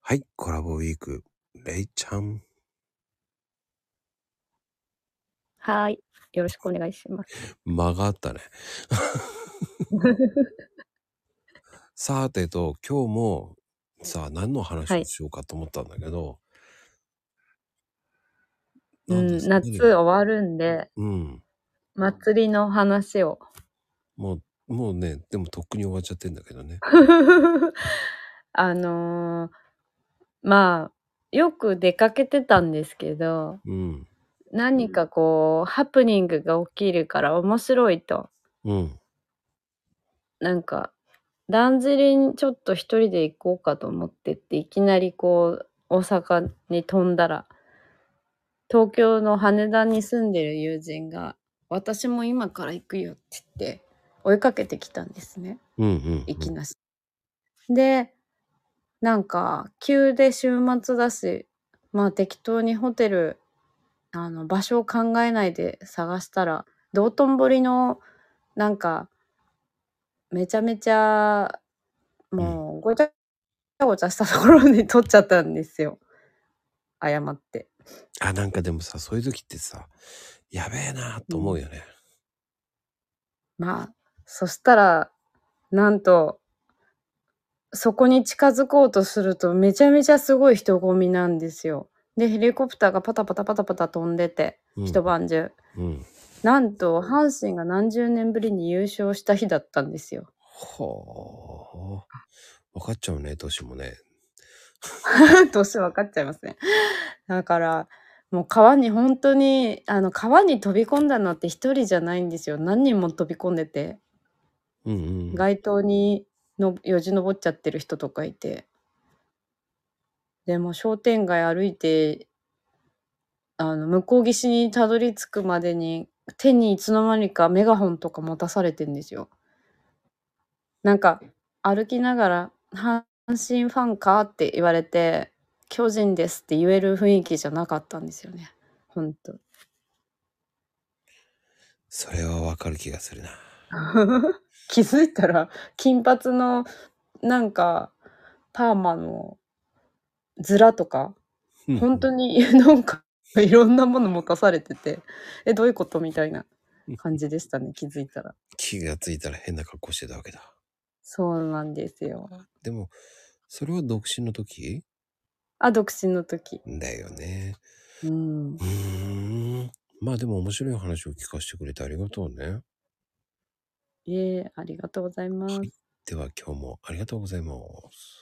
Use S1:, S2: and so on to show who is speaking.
S1: はい、コラボウィーク、れいちゃん。
S2: はい、よろしくお願いします。
S1: 間があったね。さてと、今日も、さあ、何の話
S2: は
S1: を
S2: い。
S1: しようかと思ったんだけど。
S2: う
S1: なんで
S2: ん、
S1: す
S2: 夏
S1: 何が
S2: 終わるんで、
S1: うん。
S2: 祭りの話を。
S1: もう、もうね、でもとっくに終わっちゃってんだけどね。
S2: あの、まあ、よく出かけてたんですけど、
S1: うん。
S2: 何かこう、ハプニングが起きるから面白いと。
S1: うん。
S2: なんか、だんじりにちょっと一人で行こうかと思ってって、いきなりこう、大阪に飛んだら東京の羽田に住んでる友人が「私も今から行くよ」って言って追いかけてきたんですね、
S1: うん
S2: い
S1: うんう
S2: き
S1: ん。
S2: なし。で、なんか急で週末だし、まあ、適当にホテル、あの、場所を考えないで探したら、道頓堀のなんかめちゃめちゃ、
S1: うん。
S2: もうごちゃごちゃしたところに 取っちゃったんですよ、誤って。
S1: あ、なんかでもさ、そういう時ってさ、やべえな
S2: う。
S1: と思うんよね。
S2: まあ、そしたら、なんと、そこに近づこうとすると、めちゃめちゃすごい人混みなんですよ。で、ヘリコプターがパタパタパタパタ飛んでて、
S1: うん。
S2: 一晩中。
S1: うん。
S2: なんと、阪神が何十年ぶりに優勝した日だったんですよ。
S1: ほう。わかっちゃうね、年もね。
S2: 年分かっちゃいますね。だから、もう川に本当に、あの、川に飛び込んだのって一人じゃないんですよ。何人も飛び込んでて、
S1: うんうんうん。
S2: 街灯にのよじ登っちゃってる人とかいて。でも商店街歩いて、あの、向こう岸にたどり着くまでに、手にいつの間にかメガホンとか持たされてんですよ。なんか、歩きながら「阪神ファンか？」って言われて「巨人です」って言える雰囲気じゃなかったんですよね。ほんと。
S1: それはわかる気がするな。
S2: 気づいたら、金髪のなんか、パーマのヅラとか、
S1: うん
S2: ほ
S1: うん
S2: と
S1: ん。
S2: に なんかいろんなもの持たされてて、え、どういうこと？みたいな
S1: うん
S2: 感じでしたね、気づいたら。
S1: 気がついたら変な格好してたわけだ。
S2: そうなんですよ。
S1: でも、それは独身の時
S2: あ、独身の時。
S1: だよね。
S2: うん。
S1: うーん。まあでも面白い話を聞かせてくれてありがとうね。
S2: いえ、ありがとうござい
S1: は
S2: ま
S1: い。
S2: す。
S1: では今日もありがとうございます。